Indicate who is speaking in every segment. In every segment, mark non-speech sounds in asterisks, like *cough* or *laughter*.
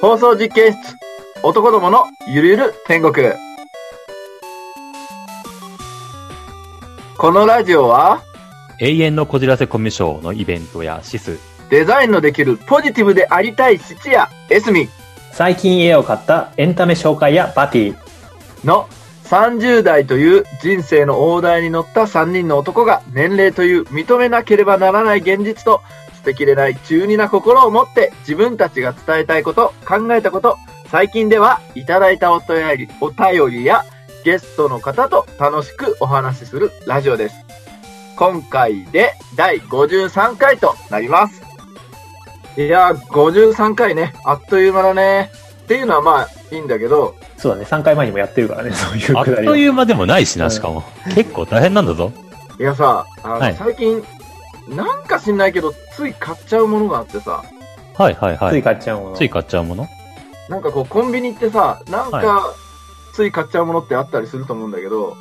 Speaker 1: 放送実験室男どものゆるゆる天国このラジオは
Speaker 2: 永遠のこじらせコミュ障のイベントやシス、
Speaker 1: デザインのできるポジティブでありたい質やエスミ
Speaker 3: 最近家を買ったエンタメ紹介やパティ
Speaker 1: の30代という人生の大台に乗った3人の男が年齢という認めなければならない現実と捨てきれない中二な心を持って自分たちが伝えたいこと、考えたこと、最近ではいただいたお便りお便りやゲストの方と楽しくお話しするラジオです。今回で第53回となります。いやー、53回ね、あっという間だね。っていうのはまあいいんだけど、
Speaker 3: そうだね3回前にもやってるからねそういう
Speaker 2: あっ
Speaker 3: くだり
Speaker 2: と
Speaker 3: は
Speaker 2: いう間でもないし
Speaker 3: う
Speaker 2: な、
Speaker 3: ん
Speaker 2: しかも。結構大変なんだぞ。
Speaker 1: いやさ、あの
Speaker 2: はい
Speaker 1: 最近、なんか知んないけど、つい買っちゃうものがあってさ、
Speaker 2: はいはいは
Speaker 3: つい
Speaker 2: い。
Speaker 3: 買っちゃうもの
Speaker 2: つい買っちゃうもの
Speaker 1: なんかこう、コンビニ行ってさ、なんか、つい買っちゃうものってあったりすると思うんだけど、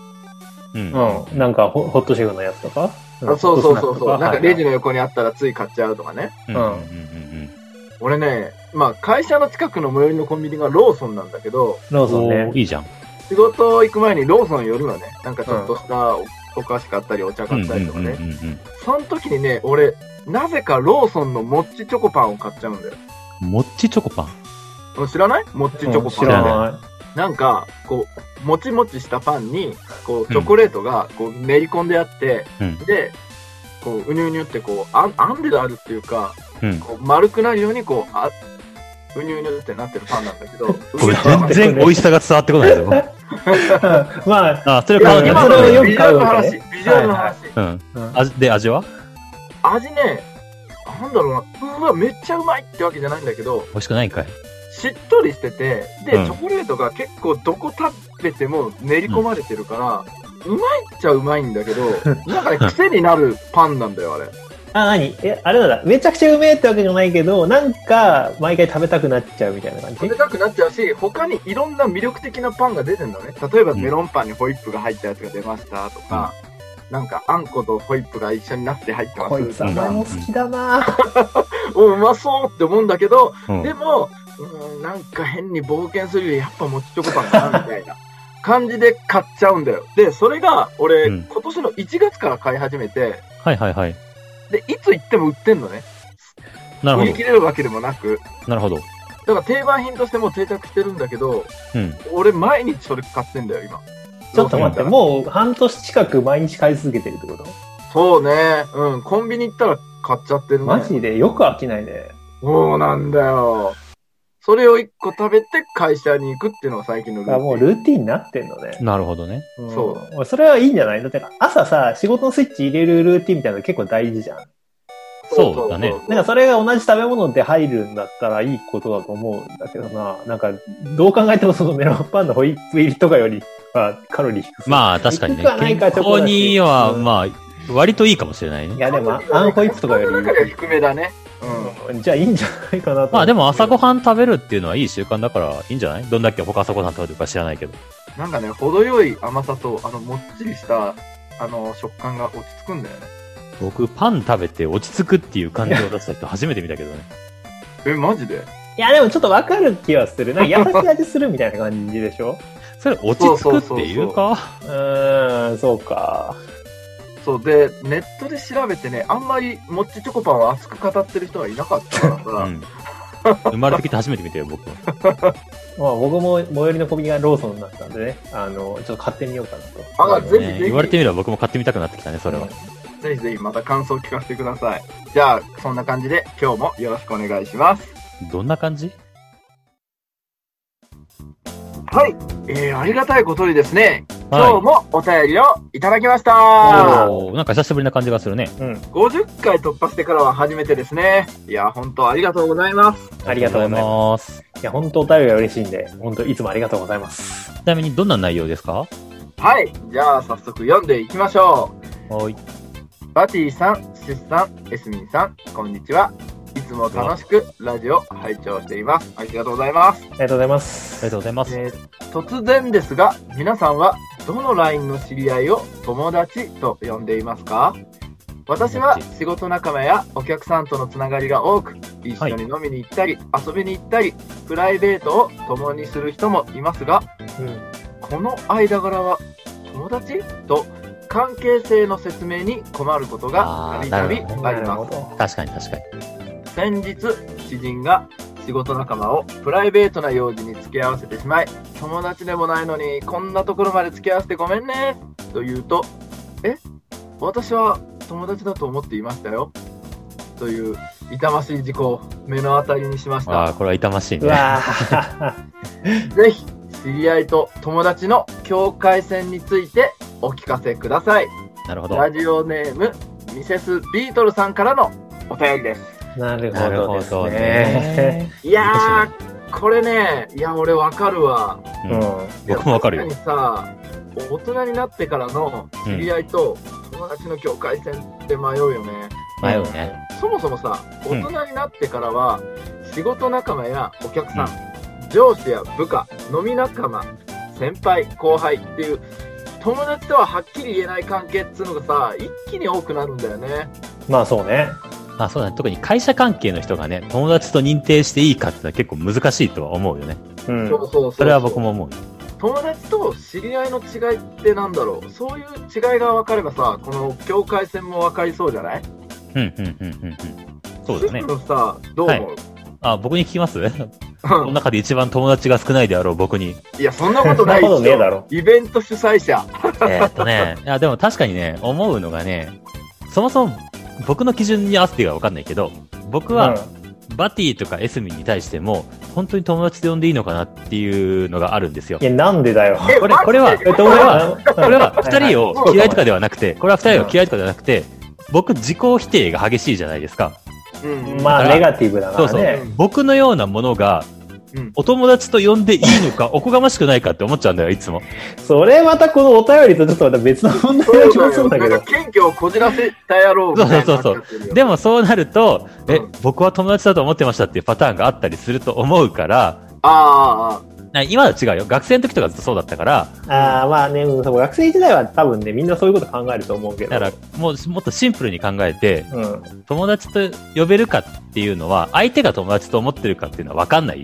Speaker 2: うん。
Speaker 3: うんなんかホホットシェフのやつとか
Speaker 1: あそうそうそうそう、なんかレジ
Speaker 3: の
Speaker 1: の横にあったらつい買っちゃうとかね。
Speaker 2: うんうんうんうん
Speaker 1: 俺ね、まあ会社の近くの最寄りのコンビニがローソンなんだけど、
Speaker 3: ロ
Speaker 2: う
Speaker 3: ー
Speaker 2: ん
Speaker 3: ソン
Speaker 2: お
Speaker 3: ね
Speaker 2: ーいいじゃん。
Speaker 1: 仕事行く前にローソン寄るのね。なんかちょっとしたおお菓子買ったり、お茶
Speaker 2: うん
Speaker 1: 買
Speaker 2: う
Speaker 1: っ
Speaker 2: んう
Speaker 1: た
Speaker 2: ん
Speaker 1: りと
Speaker 2: う
Speaker 1: か
Speaker 2: んう
Speaker 1: ね。
Speaker 2: ん
Speaker 1: その時にね、俺、なぜかローソンのもっちチョコパンを買っちゃうんだよ。
Speaker 2: もっちチョコパン。
Speaker 1: もう知らないもっちチョコ
Speaker 3: うん
Speaker 1: パン。
Speaker 3: 知らない
Speaker 1: なんか、こう、もちもちしたパンに、こう、チョコレートが、こう、練り込んであって、
Speaker 2: うん
Speaker 1: で、こう、うにゅうにゅって、こう、あん、あんであるっていうか、
Speaker 2: うん。
Speaker 1: こう、丸くなるように、こう、あ、うにゅうにゅってなってるパンなんだけど、
Speaker 2: *laughs* これ全然美味しさが伝わってこない
Speaker 3: *laughs*
Speaker 2: ぞ。 *laughs*
Speaker 3: まあ
Speaker 2: あ、それ
Speaker 1: い
Speaker 2: 買
Speaker 1: や
Speaker 2: う
Speaker 3: い
Speaker 2: け
Speaker 1: 今の
Speaker 3: それをよく
Speaker 1: ビジュア
Speaker 3: 買
Speaker 1: ル
Speaker 3: う
Speaker 1: の
Speaker 3: わけ
Speaker 1: 話、
Speaker 3: ね
Speaker 1: ビジュアルの話。
Speaker 2: うん。
Speaker 3: うん
Speaker 2: 味で、味は
Speaker 1: 味ね、なんだろうな、うわ、めっちゃうまいってわけじゃないんだけど、
Speaker 2: 美味しくないんかい。
Speaker 1: しっとりしてて、で、
Speaker 2: うん
Speaker 1: チョコレートが結構どこ食べても練り込まれてるから、うまいっちゃうまいんだけ *laughs* ど、なんかね、癖になるパンなんだよ、あれ。
Speaker 3: あ何えあれなんだめちゃくちゃうめえってわけじゃないけどなんか毎回食べたくなっちゃうみたいな感
Speaker 1: *laughs*
Speaker 3: じ
Speaker 1: 食べたくなっちゃうし、他にいろんな魅力的なパンが出てんだね。例えば
Speaker 2: うん
Speaker 1: メロンパンにホイップが入ったやつが出ましたとか、なんかあんことホイップが一緒になって入ってます
Speaker 3: こいつ
Speaker 1: と
Speaker 3: 甘い
Speaker 1: か、
Speaker 3: も好きだな
Speaker 1: おうまそうって思うんだけど、
Speaker 2: うん。
Speaker 1: でも、うん、なんか変に冒険するよりやっぱもちチョコパンかなみた
Speaker 3: *laughs*
Speaker 1: いな感じで買っちゃうんだよ。で、それが俺、
Speaker 2: うん
Speaker 1: 今年の1月から買い始めて、
Speaker 2: はいはいはい。
Speaker 1: で、いつ行っても売ってんのね。
Speaker 2: なる
Speaker 1: 売
Speaker 2: ほ
Speaker 1: り切れるわけでもなく。
Speaker 2: ど。なるほど。
Speaker 1: だから定番品としてもう定着してるんだけど、
Speaker 2: うん。
Speaker 1: 俺毎日それ買ってんだよ、今。
Speaker 3: ちょっと待って
Speaker 1: う。
Speaker 3: もう半年近く毎日買い続けてるってこと
Speaker 1: そうね。うん、コンビニ行ったら買っちゃってるね。
Speaker 3: マジでよく飽きないね
Speaker 1: そうなんだよ。それを1個食べて会社に行くっていうのが最近のルー
Speaker 3: あもう
Speaker 1: ティン
Speaker 3: ルーティンになってんのね。
Speaker 2: なるほどね。
Speaker 1: そ
Speaker 3: うん。それはいいんじゃないだって朝さ、仕事のスイッチ入れるルーティンみたいなの結構大事じゃん。
Speaker 2: そうだね
Speaker 3: なんかそれが同じ食べ物で入るんだったらいいことだと思うんだけどな。なんか、どう考えてもそのメロンパンのホイップ入りとかよりはカロリー低そう。
Speaker 2: まあ確かにね。
Speaker 3: 低くはない
Speaker 2: 健
Speaker 3: か
Speaker 2: 康には、
Speaker 3: うん
Speaker 2: まあ、割といいかもしれないね
Speaker 3: い。やでも、アンホイップとかよ
Speaker 1: の
Speaker 3: り
Speaker 1: 中では低めだね。うん。
Speaker 3: うん。じゃあいいんじゃないかなと。
Speaker 2: まあでも朝ごはん食べるっていうのはいい習慣だからいいんじゃないどんだけ他朝ごはん食べてるか知らないけど。
Speaker 1: なんかね、程よい甘さと、あの、もっちりした、あの、食感が落ち着くんだよね。
Speaker 2: 僕、パン食べて落ち着くっていう感情を出した人初めて見たけどね。
Speaker 1: え、マジで
Speaker 3: いやでもちょっとわかる気はする。
Speaker 2: *laughs*
Speaker 3: なんか優しい味するみたいな感じでしょ
Speaker 2: それ落ち着くっていうか
Speaker 3: うーん、そうか。
Speaker 1: そう、で、ネットで調べてね、あんまりもっちチョコパンを熱く語ってる人はいなかったから
Speaker 2: う
Speaker 1: さ、
Speaker 2: ん。生まれてきて初めて見たよ、僕は。
Speaker 3: まあ僕も最寄りのコンビニがローソンだったんでね、あの、ちょっと買ってみようかなと。
Speaker 1: あぜひぜ
Speaker 2: ね
Speaker 1: ひ
Speaker 2: 言われてみれば僕も買ってみたくなってきたね、それは。
Speaker 1: ぜひぜひまた感想を聞かせてください。じゃあ、そんな感じで今日もよろしくお願いします。
Speaker 2: どんな感じ
Speaker 1: はい、えー、ありがたいことにですね、今日
Speaker 2: は
Speaker 1: もお便りをいただきまし
Speaker 2: い。
Speaker 1: た
Speaker 2: おーなんか久しぶりな感じがするね。
Speaker 3: うん。
Speaker 1: 50回突破してからは初めてですね。いや、本当ありがとうございます。
Speaker 3: ありがとうござい
Speaker 2: ます。
Speaker 3: いや、本当お便りが嬉しいんで、本当いつもありがとうございます。
Speaker 2: ちなみにどんな内容ですか
Speaker 1: はい、じゃあ早速読んでいきましょう。
Speaker 2: はい。
Speaker 1: バティさん、シスさん、エスミンさん、こんにちは。いつも楽しくラジオ拝聴しています。ありがとうございます
Speaker 3: あ。りがとうございま
Speaker 2: あ
Speaker 3: す。
Speaker 2: りがとうございます。
Speaker 1: えー突然ですが、皆さんはどの LINE の知り合いを友達と呼んでいますか私は仕事仲間やお客さんとのつながりが多く一緒に飲みに行ったり、遊びに行ったりプライベートを共にする人もいますがこの間柄は友達と関係性の説明に困ることが
Speaker 2: あ
Speaker 1: たび
Speaker 2: ー
Speaker 1: たび
Speaker 2: なるほ
Speaker 1: あります
Speaker 3: ど。
Speaker 2: 確かに確か
Speaker 1: 先
Speaker 2: に。
Speaker 1: 日知人が仕事仲間をプライベートな用事に付き合わせてしまい友達でもないのにこんなところまで付き合わせてごめんねと言うとえ私は友達だと思っていましたよという痛ましい事故を目の当たりにしまし
Speaker 2: ああ、
Speaker 1: た
Speaker 2: これは痛ましいうね。
Speaker 3: わー
Speaker 1: ぜひ知り合いと友達の境界線についてお聞かせください
Speaker 2: なるほど。
Speaker 1: ラジオネームミセスビートルさんからのお便りです
Speaker 3: *laughs* なる
Speaker 2: なる
Speaker 3: ほど
Speaker 2: ほ
Speaker 3: です
Speaker 2: ど
Speaker 3: ね。
Speaker 2: ね。
Speaker 1: いやー、これね、いや、俺わかるわ。
Speaker 2: うん
Speaker 3: う
Speaker 2: 僕もわかるよ
Speaker 1: 確かにさ、大人になってからの知り合いと友達の境界線って迷うよね。
Speaker 2: 迷うね。
Speaker 1: そもそもさ、
Speaker 2: う
Speaker 1: 大
Speaker 2: ん
Speaker 1: 人になってからは、仕事仲間やお客さん、上司や部下、飲み仲間、先輩、後輩っていう、友達とははっきり言えない関係っつうのがさ、一気に多くなるんだよね。
Speaker 3: ん。まあそうね。
Speaker 2: まあそうだね。特に会社関係の人がね、友達と認定していいかってのは結構難しいとは思うよね。
Speaker 3: うん。
Speaker 1: そうそうそう。
Speaker 2: それは僕も思うよ。
Speaker 1: 友達と知り合いの違いってなんだろうそういう違いが分かればさこの境界線も分かりそうじゃない
Speaker 2: うんうんうんうんうん。そうだね
Speaker 1: シ。フのさどう思う、
Speaker 2: あ、僕に聞きます *laughs* この中で一番友達が少ないであろう僕に。
Speaker 1: *laughs* い、やそんなことない
Speaker 3: そんなことねえだ
Speaker 1: よ
Speaker 3: ろ
Speaker 1: イベント主催者
Speaker 2: *laughs* えーっとね、いやでも確かにね、思うのがね、そもそも僕の基準に合わせてかわかんないけど、僕はバティとかエスミンに対しても、本当に友達で呼んでいいのかなっていうのがあるんですよ
Speaker 3: うん。い。や、なんで
Speaker 2: *laughs*
Speaker 3: だよ。
Speaker 1: え
Speaker 2: これ
Speaker 1: マジで
Speaker 2: これ
Speaker 3: *laughs*
Speaker 2: は
Speaker 3: えっ
Speaker 2: *laughs*
Speaker 3: と、俺は、
Speaker 2: これは二人
Speaker 3: はいは
Speaker 2: を
Speaker 3: い
Speaker 2: 嫌いとかではなくて、これは二人を嫌いとかではなくて、僕自己否定が激しいじゃないですか。
Speaker 1: うん
Speaker 3: ま
Speaker 2: だ
Speaker 3: あ、
Speaker 2: から
Speaker 3: ネガティブだか
Speaker 2: そう
Speaker 3: ら
Speaker 2: そう
Speaker 3: ね。。
Speaker 2: 僕のようなものが
Speaker 1: うん、
Speaker 2: お友達と呼んでいいの
Speaker 3: *laughs*
Speaker 2: か、おこがましくないかって思っちゃうんだよ、いつも。
Speaker 3: それまたこのお便りとちょっとまた別の問題
Speaker 1: そ
Speaker 3: な
Speaker 1: う
Speaker 3: 気がするんだ
Speaker 1: だよ
Speaker 3: *laughs* け
Speaker 1: なん
Speaker 3: ど
Speaker 1: か。謙虚をこじらせた野郎みたいになっちゃってるよ
Speaker 2: でもそうなると、え
Speaker 1: うん、
Speaker 2: 僕は友達だと思ってましたっていうパターンがあったりすると思うから、
Speaker 1: あー
Speaker 2: な今は違うよ。学生の時とかずっとそうだったから、
Speaker 3: ああ、まあね、うんそう学生時代は多分ね、みんなそういうこと考えると思うけど。
Speaker 2: だからもうもっとシンプルに考えて、
Speaker 3: うん。
Speaker 2: 友達と呼べるかっていうのは、相手が友達と思ってるかっていうのは分かんない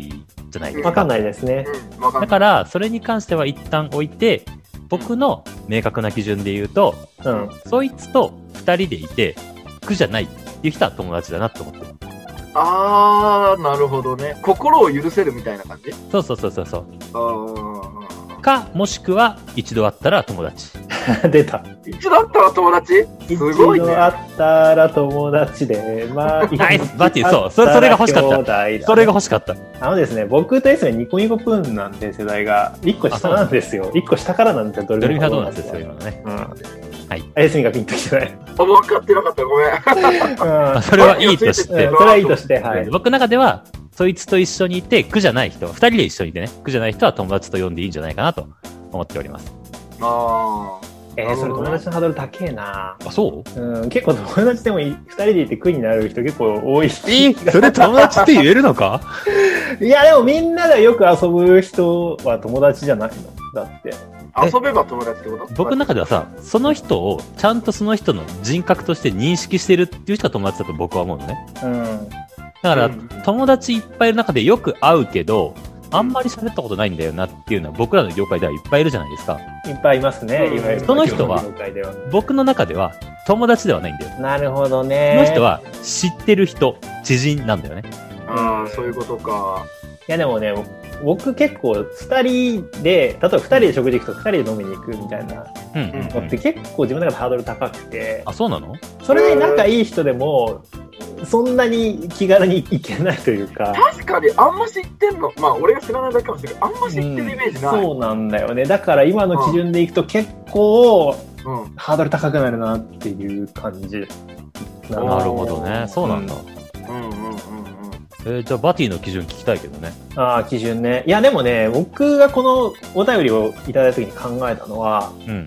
Speaker 2: じゃないですか。
Speaker 3: わかんないですね
Speaker 1: あ。ーうんわかんな
Speaker 2: だ
Speaker 1: い
Speaker 2: から、それに関しては一旦置いて、僕の明確な基準で言うと、
Speaker 3: うん。 *laughs*
Speaker 2: そいつと二人でいて、苦じゃないっていう人は友達だなと思ってる。
Speaker 1: あーなるほどね心を許せるみたいな感じ
Speaker 2: そうそうそうそうそう。
Speaker 1: あー
Speaker 2: か、もしくは、一度会ったら友達。
Speaker 3: 出た。
Speaker 1: 一度あったら友達すごい
Speaker 3: 一
Speaker 1: ね
Speaker 3: 度あったら友達で、
Speaker 2: *laughs*
Speaker 3: まあ、
Speaker 2: ナイスバティそうそれそれが欲しかった
Speaker 3: た
Speaker 2: それが欲しかった。
Speaker 3: あのですね、僕とですね、ニコニコプーンなんて世代が、一個下なんですよ。一個下からなんてド
Speaker 2: ド
Speaker 3: ル
Speaker 2: ル
Speaker 3: ミ
Speaker 2: ミ
Speaker 3: フ
Speaker 2: フ
Speaker 3: ァ
Speaker 2: ァ
Speaker 3: ド
Speaker 2: ドー
Speaker 3: ーナ
Speaker 2: ナ
Speaker 3: ツ
Speaker 2: ツです
Speaker 3: で
Speaker 2: す
Speaker 3: よ
Speaker 2: よ、今のね。
Speaker 3: うん。
Speaker 2: はい。
Speaker 3: あ休みがピンとき
Speaker 2: *laughs*
Speaker 3: てない。
Speaker 1: あ分かってなかったごめん *laughs*
Speaker 3: うん。
Speaker 2: それはいいとし
Speaker 3: うんそれ
Speaker 2: て、
Speaker 3: はいいとして、はい。
Speaker 2: 僕の中では、そいつと一緒にいて、苦じゃない人、二人で一緒にいてね、苦じゃない人は友達と呼んでいいんじゃないかなと思っております。
Speaker 1: あー
Speaker 3: えー、それ友達のハードル高えな
Speaker 2: あ、そう
Speaker 3: うん、結構友達でもい二人でいて苦になる人結構多い。
Speaker 2: えーそれ友達って言えるのか
Speaker 3: いや、でもみんなでよく遊ぶ人は友達じゃないのだって。
Speaker 2: え
Speaker 1: 遊べば友達ってこと
Speaker 2: 僕の中ではさ、その人を、ちゃんとその人の人格として認識してるっていう人が友達だと僕は思うのね。
Speaker 3: うん。
Speaker 2: だから、
Speaker 1: うん
Speaker 2: 友達いっぱいいる中でよく会うけど、あんまり喋ったことないんだよなっていうのは僕らの業界ではいっぱいいるじゃないですか。
Speaker 3: いっぱいいますね、
Speaker 1: うん
Speaker 3: いわゆる。
Speaker 2: その人は
Speaker 3: 業界では
Speaker 2: 僕の中では友達ではないんだよ。
Speaker 3: なるほ
Speaker 2: そ
Speaker 3: どね。
Speaker 2: の人。は知ってる人、知人なんだよね。
Speaker 1: ああ、そういうことか。
Speaker 3: いや、でもね、僕結構二人で、例えば二人で食事行くと二人で飲みに行くみたいな
Speaker 2: うん
Speaker 3: のって結構自分の中でハードル高くて、
Speaker 2: あ、そうなの
Speaker 3: それで仲いい人でも、そんなに気軽に行けないというか。
Speaker 1: 確かに、あんま知ってんの、まあ、俺が知らないだけかもしれないけど、あんま知ってるイメージない。
Speaker 3: そうなんだよね。だから今の基準でいくと結構
Speaker 1: うん。
Speaker 3: ハードル高くなるなっていう感じ。な
Speaker 2: な
Speaker 1: おー
Speaker 2: るほどね。そうなんだ。
Speaker 1: うんうんうんうん。
Speaker 2: えーじゃあ、バティの基準聞きたいけどね。
Speaker 3: ああ、基準ね。いや、でもね、僕がこのお便りをいただいた時に考えたのは、
Speaker 2: うん。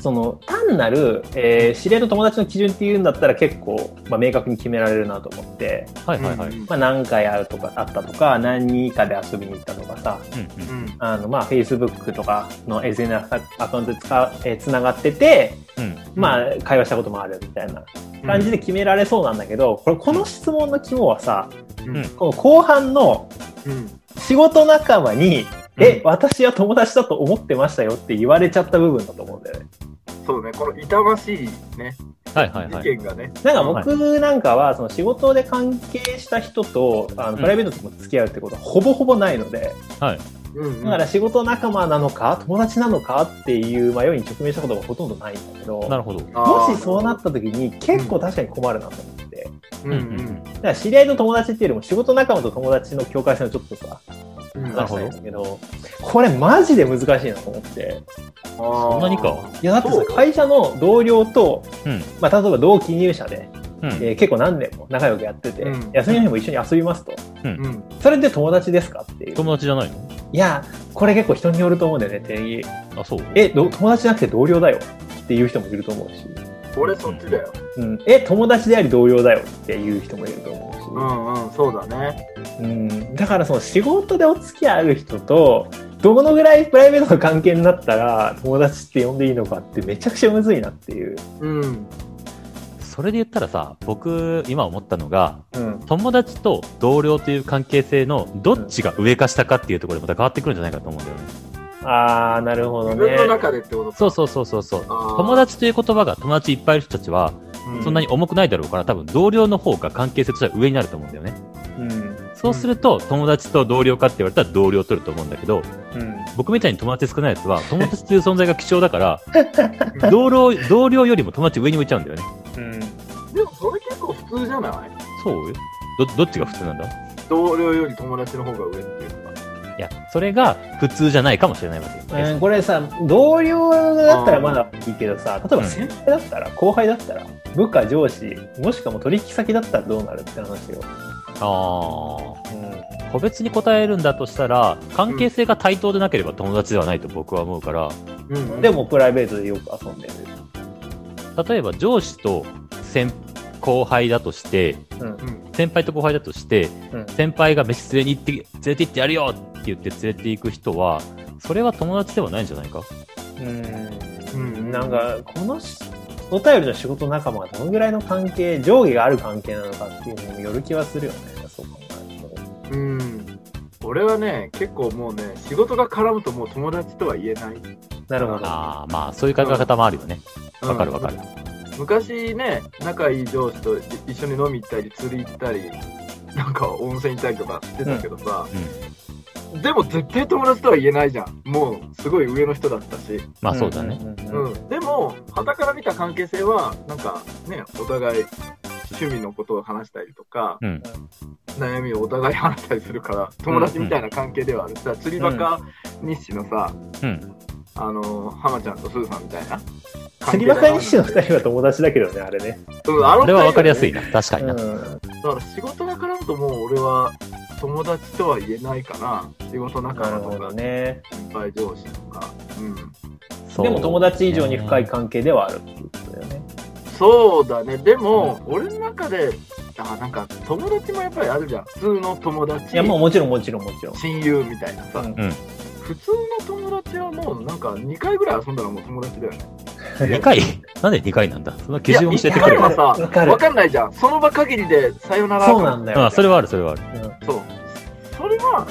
Speaker 3: その単なる、えー知り合いの友達の基準っていうんだったら結構、まあ、明確に決められるなと思って、
Speaker 2: はいはいはい。
Speaker 1: う
Speaker 2: うん
Speaker 1: ん
Speaker 3: まあ、何回会うとかあったとか何人以下で遊びに行ったとかさ
Speaker 2: うん
Speaker 1: うん
Speaker 3: あの、まあ、Facebook とかの SNS アカウントでつか、えー繋がってて、
Speaker 2: うん。
Speaker 3: まあ、会話したこともあるみたいな感じで決められそうなんだけど、これこの質問の肝はさ
Speaker 1: うん
Speaker 2: うん
Speaker 3: この後半の
Speaker 1: うん
Speaker 3: 仕事仲間に「
Speaker 2: うん
Speaker 3: え私は友達だと思ってましたよ」って言われちゃった部分だと思うんだよね。
Speaker 1: そうね、この痛ましいね、
Speaker 2: はいはい
Speaker 1: 事
Speaker 2: はい。
Speaker 1: 件がね。
Speaker 3: なんか僕なんかはその仕事で関係した人とあのプライベートとも付き合うってことはほぼほぼないので、
Speaker 2: はい。
Speaker 1: うん
Speaker 3: だから仕事仲間なのか友達なのかっていう迷いに直面したことがほとんどないんだけど
Speaker 2: なるほど。
Speaker 1: あー
Speaker 3: もしそうなった時に結構確かに困るなと思って、
Speaker 1: う
Speaker 2: うんんうん
Speaker 3: だから知り合いの友達っていうよりも仕事仲間と友達の境界線をちょっとさ
Speaker 1: うんうん
Speaker 2: な
Speaker 3: 話
Speaker 2: るほ
Speaker 3: した
Speaker 2: ど
Speaker 3: いんだけどこれマジで難しいなと思って
Speaker 1: そ
Speaker 2: んなにか
Speaker 3: いやだって
Speaker 1: そ
Speaker 3: さ
Speaker 1: う
Speaker 3: 会社の同僚と、
Speaker 2: うん
Speaker 3: まあ、例えば同期入社で、
Speaker 2: うん。うん
Speaker 3: えー結構何年も仲良くやってて、
Speaker 1: うん
Speaker 3: 休みの日も一緒に遊びますと
Speaker 1: うん。
Speaker 3: それで友達ですかっていう
Speaker 2: 友達じゃないの
Speaker 3: いやこれ結構人によると思うんだよね店員
Speaker 2: あ、そう
Speaker 3: えど友達じゃなくて同僚だよっていう人もいると思うし、
Speaker 1: 俺そっちだよ。
Speaker 3: うん、え友達であり同僚だよっていう人もいると思うし、
Speaker 1: うんうん、そうだね。
Speaker 3: うん、だからその仕事でお付き合いある人とどのぐらいプライベートの関係になったら友達って呼んでいいのかってめちゃくちゃむずいなっていう、
Speaker 1: うん。
Speaker 2: それで言ったらさ、僕、今思ったのが、
Speaker 3: うん、
Speaker 2: 友達と同僚という関係性のどっちが上か下かっていうところでまた変わってくるんじゃないかと思うんだよね。
Speaker 3: ああなるほど
Speaker 1: 自
Speaker 3: ね
Speaker 1: 分の中でってこと
Speaker 2: そうそうそうそうそう。友
Speaker 1: 友
Speaker 2: 達という言葉が友達いっぱいいる人たちは、
Speaker 3: うん
Speaker 2: そんなに重くないだろうから、多分同僚の方が関係性としては上になると思うんだよね。
Speaker 3: うん
Speaker 2: そうすると、友達と同僚かって言われたら同僚を取ると思うんだけど、
Speaker 3: うん
Speaker 2: 僕みたいに友達少ないやつは、友達という存在が貴重だから、同僚、同僚よりも友達上に置いちゃうんだよね。
Speaker 3: うん
Speaker 1: でもそれ結構普通じゃない
Speaker 2: そうど、どっちが普通なんだい
Speaker 1: 同僚より友達の方が上っていうのが。
Speaker 2: や、それが普通じゃないかもしれないわけです。
Speaker 3: うんこれさ同僚だったら
Speaker 1: あー
Speaker 3: まだいいけどさ例えば先輩だったら、後輩だったら部下上司もしくはもう取引先だったらどうなるって話よ、
Speaker 2: あー。
Speaker 3: う
Speaker 2: 個別に答えるんだとしたら関係性が対等でなければ友達ではないと僕は思うから
Speaker 1: うん
Speaker 3: ん、で、もプライベートでよく遊んでる、
Speaker 2: 例えば上司と先後輩だとして
Speaker 3: うん
Speaker 1: うん
Speaker 2: 先輩と後輩だとして
Speaker 3: うん、
Speaker 2: 先輩が飯連れに行って連れて行ってやるよって言って連れて行く人はそれは友達ではないんじゃないか
Speaker 3: うー
Speaker 1: うん
Speaker 3: んなんかこのしお便りの仕事仲間がどのぐらいの関係上下がある関係なのかっていうのにもよる気はするよねそう考
Speaker 1: うん。俺はね、結構もうね、仕事が絡むともう友達とは言えない。
Speaker 3: えるとなるほど
Speaker 2: ああまあそういう考え方もあるよね
Speaker 1: うん
Speaker 2: わかるわかる
Speaker 1: 昔ね仲いい上司とい一緒に飲み行ったり釣り行ったりなんか温泉行ったりとかしてたけどさ、でも絶対友達とは言えないじゃんもうすごい上の人だったし、
Speaker 2: まあそうだね
Speaker 3: うん
Speaker 1: うんでも傍から見た関係性はなんかねお互い趣味のことを話したりとか
Speaker 2: うん
Speaker 1: 悩みをお互い話したりするから友達みたいな関係ではある、さ釣りバカ日誌のさ、
Speaker 2: うん
Speaker 1: あの浜ちゃんとすずさんみたいな
Speaker 3: 釣りバカ西の二人は友達だけどねあれね、
Speaker 1: うんあの二人だよね
Speaker 2: あれはわかりやすいな確かに
Speaker 3: う、
Speaker 2: なん
Speaker 1: だから仕事が絡むともう俺は友達とは言えないかな仕事仲
Speaker 3: な
Speaker 1: 間
Speaker 3: るほ
Speaker 1: とか
Speaker 3: どね
Speaker 1: 先輩上司とか、うん、
Speaker 2: そう
Speaker 3: でも友達以上に深い関係ではあるっていうことだよね
Speaker 1: そうだねでも、俺の中であなんか友達もやっぱりあるじゃん普通の友達
Speaker 3: いやもうもちろんもちろんもちろん
Speaker 1: 親友みたいなさ、
Speaker 3: うん
Speaker 2: うん
Speaker 1: 普通の友達はもうなんか2回ぐらい遊んだらもう友達だよね
Speaker 2: 2回なんで2回なんだその基準を教えてく
Speaker 1: いや
Speaker 2: れ
Speaker 1: 一回は
Speaker 2: よ
Speaker 1: さ
Speaker 3: わかる
Speaker 1: 分かんないじゃんその場限りでさよなら
Speaker 3: そうなんだよ、
Speaker 2: あそれはあるそれはある
Speaker 3: うん
Speaker 1: そうそれは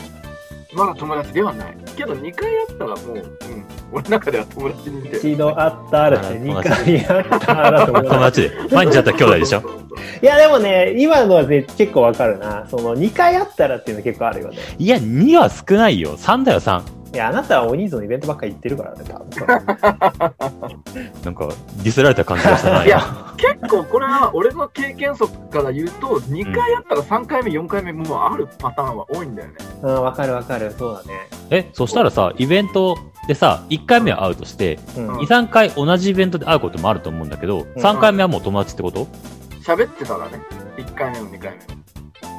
Speaker 1: まだ友達ではないけど2回あったらもう、うん、俺の中では友達に似てる
Speaker 3: 一度会ったらって
Speaker 2: 友
Speaker 3: 2
Speaker 2: 達
Speaker 3: 回会ったら *laughs* 友
Speaker 2: 友
Speaker 3: 達
Speaker 2: 達で毎日だったら兄弟でしょ
Speaker 1: そうそうそう
Speaker 3: いやでもね今のは、ね、結構わかるなその2回会ったらっていうの結構あるよね
Speaker 2: いや、2は少ないよ。3だよ、3。
Speaker 3: いや、あなたはお兄さんのイベントばっかり行ってるからね、多 *laughs* 分。
Speaker 2: なんか、ディスられた感じがしたな、
Speaker 1: いや
Speaker 2: 今。
Speaker 1: 結構これは俺の経験則から言うと2回あったら3回目4回目もうあるパターンは多いんだよね
Speaker 3: うん、わかるわかる。そうだね。
Speaker 2: え、そしたらさ、イベントでさ、1回目は会うとして、
Speaker 3: うん。
Speaker 1: うん
Speaker 2: 2、3回同じイベントで会うこともあると思うんだけど、3回目はもう友達ってこと
Speaker 1: 喋ってたらね1回目も2回目も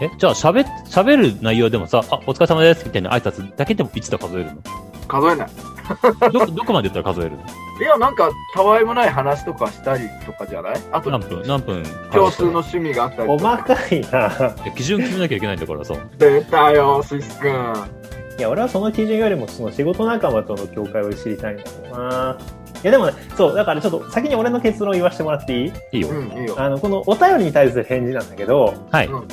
Speaker 2: え、じゃあ喋っ、喋る内容でもさ、あ、お疲れ様です、みたいな挨拶だけでも1と数えるの
Speaker 1: 数えない
Speaker 2: *laughs* ど、どこまで言ったら数えるの
Speaker 1: いや、なんか、たわいもない話とかしたりとかじゃないあと、
Speaker 2: 何分何分
Speaker 1: 共通の趣味があったりと
Speaker 3: 細
Speaker 1: か。
Speaker 3: かいな。
Speaker 2: いや基準決めなきゃいけないんだからさ。
Speaker 1: 出たよ、シス君。
Speaker 3: いや、俺はその基準よりも、その仕事仲間との境界を知りたいんだろうな。いや、でもね、そう、だからちょっと先に俺の結論言わせてもらっていい
Speaker 2: いいよ。
Speaker 1: うん、いいよ。
Speaker 3: あの、このお便りに対する返事なんだけど、
Speaker 2: はい。
Speaker 1: うん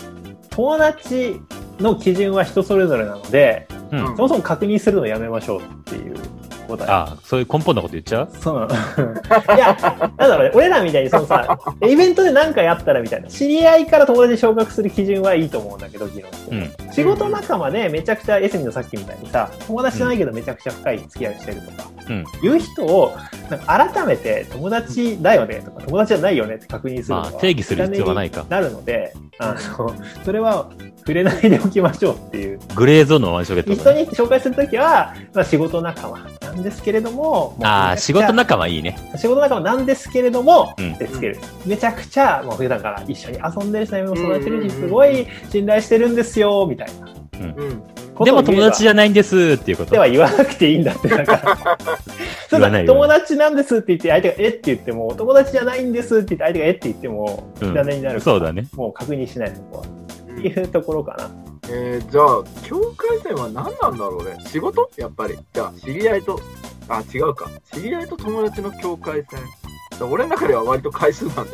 Speaker 3: 友達の基準は人それぞれなので、
Speaker 2: う
Speaker 1: うんん。
Speaker 3: そもそも確認するのやめましょうっていう答え。
Speaker 2: ああ、そういう根本なこと言っちゃう
Speaker 3: そうなの。い *laughs* や、なんだろうね、俺らみたいにそ
Speaker 2: *laughs*
Speaker 3: のさ、イベントで何かやったらみたいな、知り合いから友達に昇格する基準はいいと思うんだけど、議論して。
Speaker 2: うん。
Speaker 3: 仕事仲間でめちゃくちゃ、エスミのさっきみたいにさ、友達じゃないけどめちゃくちゃ深い付き合いをしてるとか、
Speaker 2: うん
Speaker 3: いう人を、なんか改めて友達だよねとか、友達じゃないよねって確認するの
Speaker 2: ま
Speaker 3: は、。
Speaker 2: あ、定義する必要はないいか。
Speaker 3: なるので、あの、それは触れないでおきましょうっていう。
Speaker 2: グレーゾーンのワンショケット
Speaker 3: 人
Speaker 2: だね。
Speaker 3: に紹介するときは、まあ、仕事仲間なんですけれども、もう
Speaker 2: ああ、
Speaker 3: め
Speaker 2: 仕
Speaker 3: ちゃくちゃ
Speaker 2: 事仲間いいね。
Speaker 3: 仕事仲間なんですけれども、
Speaker 2: うん
Speaker 3: ってつける。めちゃくちゃ、もう普段から一緒に遊んでるし、悩みも育てるし、すごい信頼してるんですよ、みたいな。
Speaker 1: うん。
Speaker 2: でも友達
Speaker 3: じ
Speaker 2: じゃないんですっていうこと。
Speaker 3: では言わなくていいんだって、だから。
Speaker 2: *laughs*
Speaker 3: そう
Speaker 2: 言わない
Speaker 3: だ
Speaker 2: 言わ
Speaker 3: 友達なんですって言って、相手がえって言っても、友達じゃないんですって言って、相手がえって言っても、
Speaker 2: うん
Speaker 3: ダメになるから
Speaker 2: そうだね。
Speaker 3: もう確認しないとこは。
Speaker 1: う
Speaker 3: って
Speaker 1: ん
Speaker 3: いうところかな。
Speaker 1: えー、じゃあ、境界線は何なんだろうね。仕事やっぱり。じゃあ、知り合いと、あ、違うか。知り合いと友達の境界線。だから俺の中では割と回数なんだよ。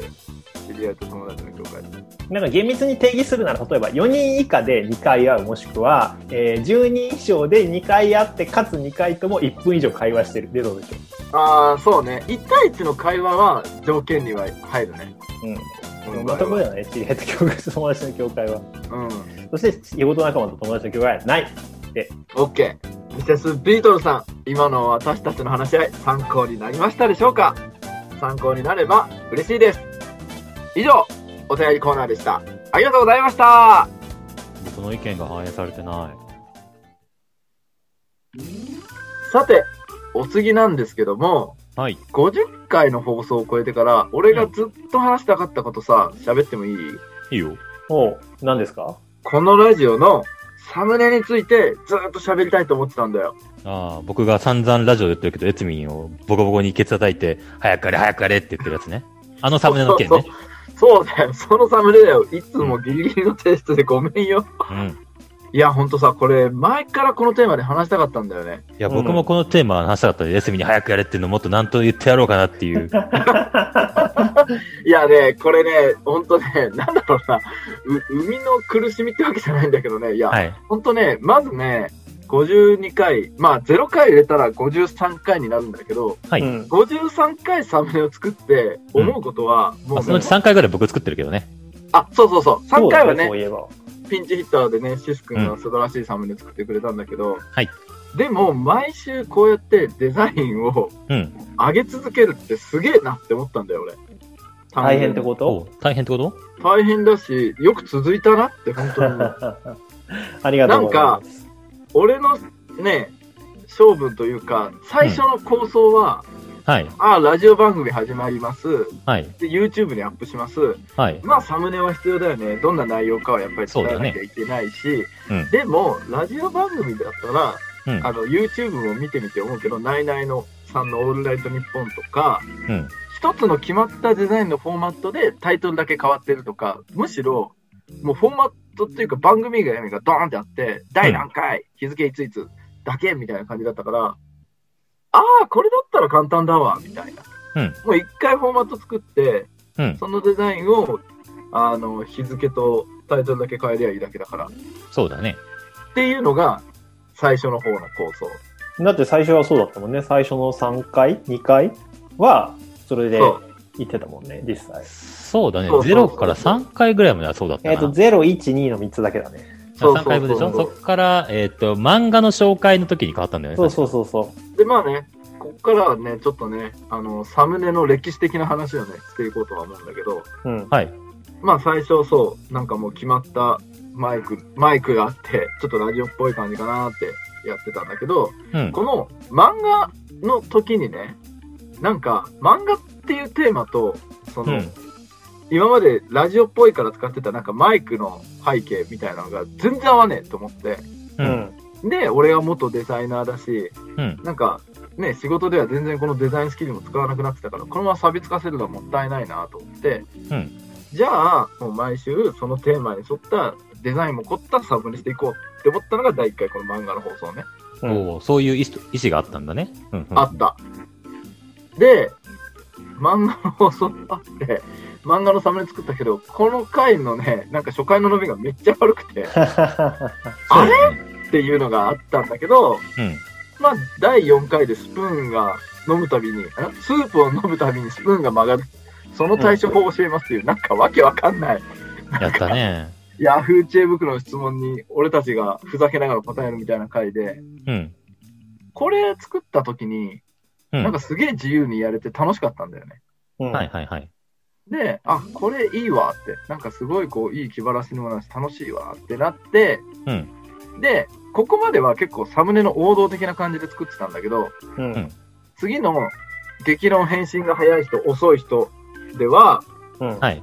Speaker 1: 知り合いと友達の境界線。
Speaker 3: なんか厳密に定義するなら、例えば4人以下で2回会う、もしくは、えー10人以上で2回会って、かつ2回とも1分以上会話してる。で、どうでしょ
Speaker 1: ああ、そうね。1対1の会話は条件には入るね。
Speaker 3: う。うん。
Speaker 1: こ
Speaker 3: そ
Speaker 1: の
Speaker 3: ん
Speaker 1: 場
Speaker 3: なとこ
Speaker 1: 合
Speaker 3: じ
Speaker 1: は
Speaker 3: ゃない知り合いと教会と友達の教会は。
Speaker 1: うん。
Speaker 3: そして仕事仲間と友達の教会はない。
Speaker 1: オッケー。ミセスビートルさん、今の私たちの話し合い、参考になりましたでしょうか参考になれば嬉しいです。以上、お便りコーナーでした。ありがとうございました。
Speaker 2: 僕の意見が反映されてない。
Speaker 1: さて、お次なんですけども、
Speaker 2: はい。
Speaker 1: 50回の放送を超えてから、俺がずっと話したかったことさ、喋ってもいい
Speaker 2: いいよ。
Speaker 3: おう、何ですか
Speaker 1: このラジオのサムネについてずっと喋りたいと思ってたんだよ。
Speaker 2: ああ、僕が散々ラジオで言ってるけど、エツミンをボコボコにケツ叩いて、早くやれ早くやれって言ってるやつね。あのサムネの件ね。
Speaker 1: そうだよ、そのサムネだよ。いつもギリギリのテストでごめんよ。
Speaker 2: うん。
Speaker 1: いや、ほんとさ、これ、前からこのテーマで話したかったんだよね。
Speaker 2: いや、僕もこのテーマ話したかったで、エツミンに早くやれっていうのをもっと何と言ってやろうかなっていう。
Speaker 1: いやね、これね、ほんとね、なんだろうな、う生みの苦しみってわけじゃないんだけどね、いや、
Speaker 2: はい。
Speaker 1: ほんとね、まずね、52回、まあ0回入れたら53回になるんだけど、
Speaker 2: はい
Speaker 3: うん
Speaker 1: 53回サムネを作って思うことは、もう
Speaker 2: まあ、
Speaker 1: ね
Speaker 2: そのうち3回ぐらい僕作ってるけどね。
Speaker 1: あ、そうそうそう、3回はね
Speaker 3: そうだそう、いえば。
Speaker 1: ピンチヒッターでね、シス君が素晴らしいサムネ作ってくれたんだけど、
Speaker 2: はい
Speaker 1: でも、毎週こうやってデザインを
Speaker 2: うん。
Speaker 1: 上げ続けるってすげえなって思ったんだよ、俺。
Speaker 3: 大変ってこと
Speaker 2: お大変ってこと
Speaker 1: 大変だし、よく続いたなって、本当に思う。
Speaker 3: *laughs* ありがとうございます。
Speaker 1: 俺のね、勝負というか、最初の構想は、
Speaker 2: はい。
Speaker 1: ああ、ラジオ番組始まります。
Speaker 2: はい。
Speaker 1: で、YouTube にアップします。
Speaker 2: はい。
Speaker 1: まあ、サムネは必要だよね。どんな内容かはやっぱり伝えなきゃいけないし、
Speaker 2: そうだねうん
Speaker 1: でも、ラジオ番組だったら、
Speaker 2: うん
Speaker 1: あの、YouTube も見てみて思うけど、ナイナイのさんのオールナイトニッポンとか、
Speaker 2: うん
Speaker 1: 一つの決まったデザインのフォーマットでタイトルだけ変わってるとか、むしろ、もうフォーマットっていうか番組ががドーンってあって、第何回、日付いついつだけみたいな感じだったから、ああ、これだったら簡単だわ、みたいな。
Speaker 2: うん
Speaker 1: もう一回フォーマット作って、
Speaker 2: うん
Speaker 1: そのデザインを、あの、日付とタイトルだけ変えりゃいいだけだから。っ
Speaker 2: そうだね。
Speaker 1: ていうのが、最初の方の構想。
Speaker 3: だって最初はそうだったもんね。最初の3回、2回は、それで
Speaker 1: そう
Speaker 3: 言ってたもんね、実際。
Speaker 2: そうだね。
Speaker 1: そうそうそう
Speaker 2: 0から3回ぐらいまではそうだったな。
Speaker 3: えっ、と、0、1、2の3つだけだね。
Speaker 1: そう
Speaker 2: 3回分でしょ
Speaker 1: そうそう
Speaker 2: そっから、えっ、と、漫画の紹介の時に変わったんだよね。
Speaker 3: そうそうそうそ
Speaker 1: で、まあね、こっからはね、ちょっとね、あの、サムネの歴史的な話をね、していこうとは思うんだけど、
Speaker 3: う。うん。
Speaker 2: はい。
Speaker 1: まあ最初そう、なんかもう決まったマイク、マイクがあって、ちょっとラジオっぽい感じかなーってやってたんだけど、
Speaker 2: うん。
Speaker 1: この漫画の時にね、なんか漫画っていうテーマと、その、
Speaker 2: うん
Speaker 1: 今までラジオっぽいから使ってたなんかマイクの背景みたいなのが全然合わねえと思って、
Speaker 2: うん。
Speaker 1: で、俺は元デザイナーだし、
Speaker 2: うん。
Speaker 1: なんかね、仕事では全然このデザインスキルも使わなくなってたから、このまま差別化するのはもったいないなと思って、
Speaker 2: うん
Speaker 1: じゃあ、もう毎週そのテーマに沿ったデザインも凝ったサブにしていこうって思ったのが第1回この漫画の放送ね。
Speaker 3: うん
Speaker 2: おーそういう意思と意思があったんだね。うんうん
Speaker 1: あった。で、漫画の放送あって、漫画のサムネ作ったけど、この回のね、なんか初回の伸びがめっちゃ悪くて、あれっていうのがあったんだけど、
Speaker 2: うん。
Speaker 1: まあ、第4回でスプーンが飲むたびに、んスープを飲むたびにスプーンが曲がる。その対処法を教えますっていう、なんかわけわかんない。
Speaker 2: やったね。
Speaker 1: ヤフー知恵袋の質問に俺たちがふざけながら答えるみたいな回で、
Speaker 2: うん。
Speaker 1: これ作った時に、
Speaker 2: うん。
Speaker 1: なんかすげえ自由にやれて楽しかったんだよね。
Speaker 3: うん *laughs*
Speaker 2: はいはいはい。
Speaker 1: で、あ、これいいわって、なんかすごいこう、いい気晴らしの話、楽しいわってなって、
Speaker 2: うん
Speaker 1: で、ここまでは結構サムネの王道的な感じで作ってたんだけど、
Speaker 3: うんうん
Speaker 1: 次の激論返信が早い人、遅い人では、
Speaker 3: うん
Speaker 2: はい。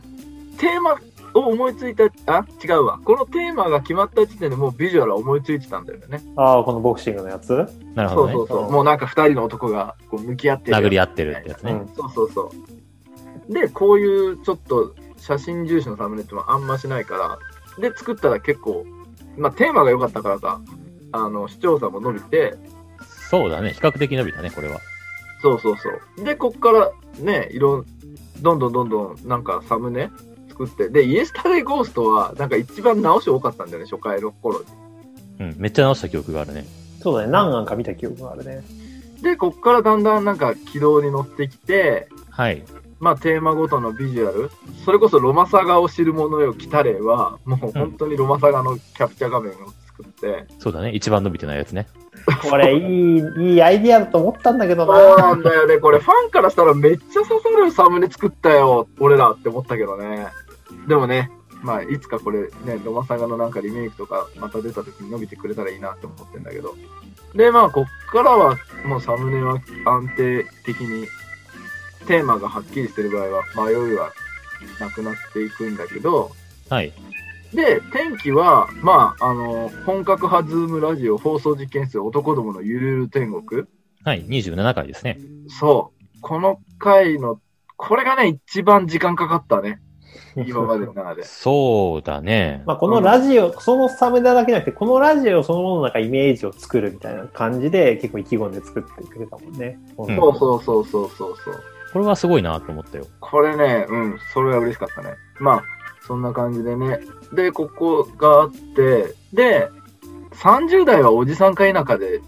Speaker 1: テーマを思いついた、あ、違うわ。このテーマが決まった時点でもうビジュアルは思いついてたんだよね。
Speaker 3: ああ、このボクシングのやつ
Speaker 2: なる
Speaker 1: そ
Speaker 2: ほ
Speaker 1: うそう
Speaker 2: どね。
Speaker 1: そう。
Speaker 3: うん
Speaker 1: もうなんか二人の男がこう向き合ってる
Speaker 2: 殴り合ってるってやつ
Speaker 3: う
Speaker 2: ね。
Speaker 3: ん
Speaker 1: そうそうそう。で、こういうちょっと写真重視のサムネってのはあんましないから、で、作ったら結構、まあテーマが良かったからか、あの、視聴者も伸びて、
Speaker 2: そうだね。比較的伸びたね、これは。
Speaker 1: そうそうそう。で、こっからね、いろん、どんどんどんどんなんかサムネ作って、で、イエスタデイゴーストはなんか一番直し多かったんだよね、初回の頃に。
Speaker 2: うん。めっちゃ直した記憶があるね。
Speaker 3: そうだね。何案か見た記憶があるね。
Speaker 1: で、こっからだんだんなんか軌道に乗ってきて、
Speaker 2: はい。
Speaker 1: まあ、テーマごとのビジュアル、それこそロマサガを知る者よ来たれは、もう本当にロマサガのキャプチャー画面を作って、
Speaker 2: そうだね。一番伸びてないやつね。
Speaker 3: これ、いい、 *laughs* いいアイディアだと思ったんだけど
Speaker 1: そう
Speaker 3: な。
Speaker 1: なんだよね、これ、ファンからしたらめっちゃ刺さるサムネ作ったよ、俺らって思ったけどね。でもね、まあ、いつかこれ、ね、ロマサガのなんかリメイクとか、また出た時に伸びてくれたらいいなって思ってんだけど。で、まあ、こっからは、もうサムネは安定的に、テーマがはっきりしてる場合は、迷いはなくなっていくんだけど、
Speaker 2: はい。
Speaker 1: で、天気は、まあ、あの、本格派ズームラジオ放送実験室男どものゆるゆる天国。
Speaker 2: はい。27回ですね。
Speaker 1: そう。この回の、これがね、一番時間かかったね。 *laughs* 今までの中で。
Speaker 2: そうだね。
Speaker 3: *laughs* まあ、このラジオ、そのサムネだけじゃなくて、このラジオそのもののなんかイメージを作るみたいな感じで、結構意気込んで作ってくれたもんね。そう
Speaker 2: うん
Speaker 1: そうそうそうそうそうそう。
Speaker 2: これはすごいなと思ったよ。
Speaker 1: これね、うん、それは嬉しかったね。まあ、そんな感じでね。で、ここがあって、で、30代はおじさんか否かで、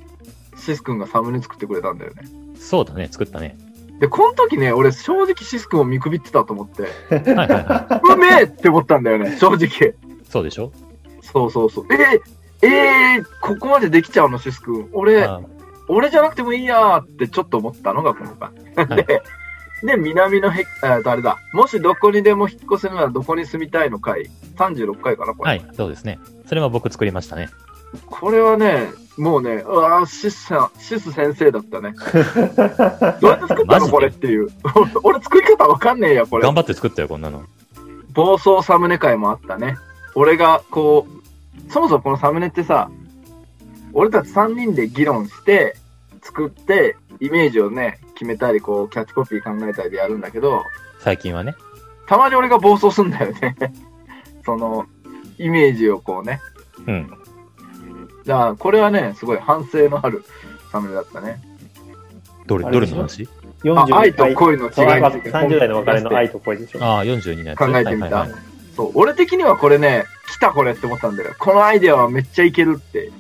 Speaker 1: シス君がサムネ作ってくれたんだよね。
Speaker 2: そうだね。作ったね。
Speaker 1: で、この時ね、俺正直シス君を見くびってたと思って。
Speaker 2: はいはいは
Speaker 1: うめえって思ったんだよね、正直。 *laughs*
Speaker 2: い。そうでしょ
Speaker 1: そうそうそう。えー、えー、ここまでできちゃうの、シス君。俺、
Speaker 2: あ
Speaker 1: 俺じゃなくてもいいやーってちょっと思ったのがこの回。
Speaker 2: はい
Speaker 1: で、で、南のへ、あ誰だ。もしどこにでも引っ越せるならどこに住みたいの回。36回かな、これ。
Speaker 2: はい。そうですね。それも僕作りましたね。
Speaker 1: これはね、もうね、うわーシスさん、シス先生だ
Speaker 2: *laughs*
Speaker 1: ったね。どうやって作った
Speaker 2: マジ
Speaker 1: の
Speaker 2: で
Speaker 1: これっていう。 *laughs* 俺俺作り方わかんねえや、これ
Speaker 2: 頑。張って作ったよ、こんなの。
Speaker 1: 暴走サムネ会もあったね。俺がこう、そもそもこのサムネってさ、俺たち3人で議論して、作って、イメージをね、決めたり、こう、キャッチコピー考えたりでやるんだけど、
Speaker 2: 最近はね。
Speaker 1: たまに俺が暴走すんだよね。 *laughs* その、イメージをこうね。
Speaker 2: うん。
Speaker 1: だから、これはね、すごい反省のあるサムネだったね。
Speaker 2: どれ、
Speaker 3: あれ
Speaker 2: どれ
Speaker 3: でしょ
Speaker 2: の話
Speaker 1: あ、愛
Speaker 3: 42
Speaker 1: と
Speaker 3: 回。
Speaker 1: 恋の違い
Speaker 3: そうなんか
Speaker 1: について
Speaker 3: 30代の別れの愛と恋でしょ。
Speaker 2: ああ、42のやつ。
Speaker 1: 考えてみた
Speaker 2: はいはいはい
Speaker 1: そう、俺的にはこれね、来たこれって思ったんだよ。このアイデアはめっちゃいけるって。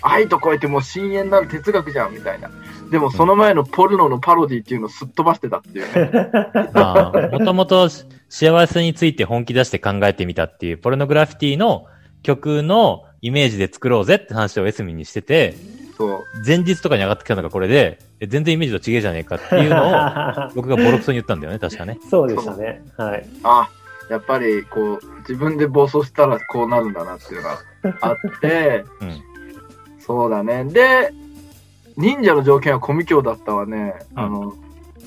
Speaker 1: 愛と超えてもう深淵なる哲学じゃんみたいな。でもその前のポルノのパロディっていうのをすっ飛ばしてたっていう
Speaker 2: *laughs*
Speaker 1: ね。
Speaker 2: まあ、もともとし幸せについて本気出して考えてみたっていう、ポルノグラフィティの曲のイメージで作ろうぜって話をエスミンにしてて、
Speaker 1: そう。
Speaker 2: 前日とかに上がってきたのがこれで、え全然イメージと違えじゃねえかっていう
Speaker 1: *laughs*
Speaker 2: のを、僕がボロクソに言ったんだよね、確かね。
Speaker 3: *laughs* そうでしたね。はい。
Speaker 1: あ、やっぱりこう、自分で暴走したらこうなるんだなっていうのがあって、
Speaker 2: うん。
Speaker 1: そうだね。で、忍者の条件はコミ教だったわね。あの、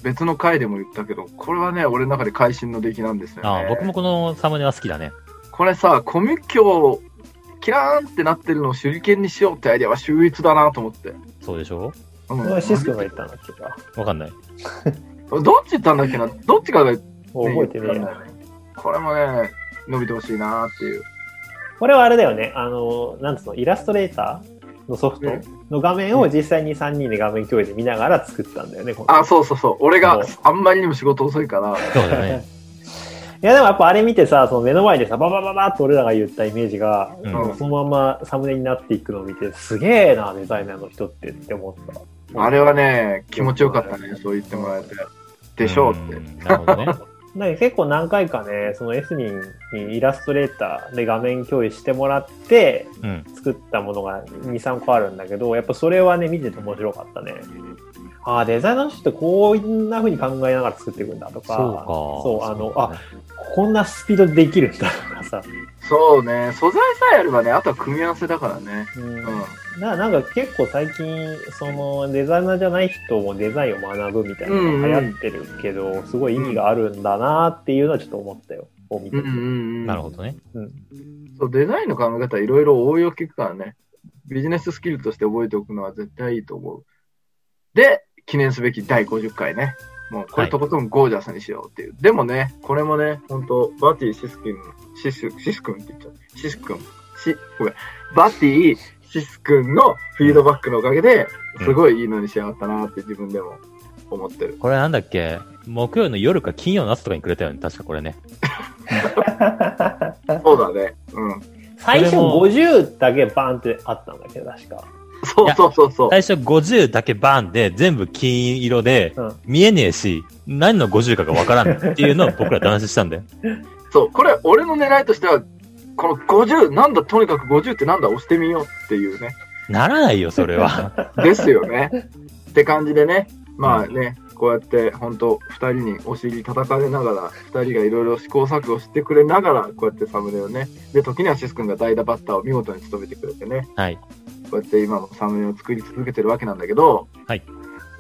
Speaker 1: 別の回でも言ったけど、これはね、俺の中で会心の出来なんですよね。
Speaker 2: ああ、僕もこのサムネは好きだね。
Speaker 1: これさ、コミュ強、キラーンってなってるのを手裏剣にしようってアイデアは秀逸だなと思って。
Speaker 2: そうでしょ
Speaker 3: これはシス君が言ったんだっけか。
Speaker 2: わかんない。
Speaker 1: どっち行ったんだっけなどっちかが、ね、
Speaker 3: 覚えてね
Speaker 1: 言
Speaker 3: え
Speaker 1: った
Speaker 3: や。
Speaker 1: んだよねこれもね、伸びてほしいなっていう。
Speaker 3: これはあれだよね。あの、なんつうの、イラストレーターのソフト
Speaker 1: うん
Speaker 3: の画面を実際に3人で画面共有で見ながら作ったんだよね。この
Speaker 1: あ、そうそうそう。俺が
Speaker 3: そう
Speaker 1: あんまりにも仕事遅いから。
Speaker 2: そうだね。
Speaker 3: いやでもやっぱあれ見てさ、その目の前でさ、バババババって俺らが言ったイメージが、
Speaker 2: うん
Speaker 1: うん
Speaker 3: そのままサムネになっていくのを見て、すげえな、デザイナーの人ってって思った。
Speaker 1: あれはね、気持ちよかったね。そう言ってもらえて。でしょうって。
Speaker 2: んなるほどね。
Speaker 3: なんか結構何回かね、そのエスミンにイラストレーターで画面共有してもらって *laughs*
Speaker 2: うん。
Speaker 3: 作ったものが2、3個あるんだけど、やっぱそれはね、見てて面白かったね。ああ、デザイナーの人ってこんな風に考えながら作っていくんだとか、
Speaker 2: そうか。
Speaker 3: そう、あの、あ、こんなスピードでできるんだとかさ、
Speaker 1: そうね。素材さえあればね、あとは組み合わせだからね。
Speaker 3: うん
Speaker 1: うん。
Speaker 3: ななんか結構最近そのデザイナーじゃない人もデザインを学ぶみたいなのが流行ってるけど、すごい意味があるんだなっていうのはちょっと思ったよ。こう見て
Speaker 1: うんうん *laughs* うん。
Speaker 2: なるほどね。
Speaker 1: そうデザインの考え方いろいろ応用聞くからね、ビジネススキルとして覚えておくのは絶対いいと思う。で、記念すべき第50回ね。もうこ
Speaker 2: は
Speaker 1: れ
Speaker 2: い
Speaker 1: とことんゴージャスにしようっていう。でもね、これもね、本当バティ、シス君、シス、シス君って言っちゃう。シス君、シ、ごめん。バティ、シス君のフィードバックのおかげで、
Speaker 2: うん
Speaker 1: すごいいいのに仕上がったなって自分でも思ってる。
Speaker 2: これなんだっけ木曜の夜か金曜の朝とかにくれたよね。確かこれね。
Speaker 1: そうだね。うん。
Speaker 3: 最
Speaker 2: そ
Speaker 3: 初
Speaker 2: れも
Speaker 3: 50だけバンってあったんだけど、確か。
Speaker 1: そうそうそうそう。
Speaker 2: 最初50だけバーンで、全部金色で、
Speaker 3: うん
Speaker 2: 見えねえし、何の50かがわからんっていうのを僕ら談話したんだよ。
Speaker 1: そう、これ、俺の狙いとしては、この50、なんだ、とにかく50ってなんだ、押してみようっていうね。
Speaker 2: ならないよ、それ
Speaker 3: *laughs*
Speaker 2: は。
Speaker 1: ですよね。って感じでね、まあね、こうやって、本当2人にお尻叩かれながら、2人がいろいろ試行錯誤してくれながら、こうやってサムネをね、で、時にはシス君が代打バッターを見事に務めてくれてね、
Speaker 2: はい。
Speaker 1: こうやって今もサムネを作り続けてるわけなんだけど、
Speaker 2: はい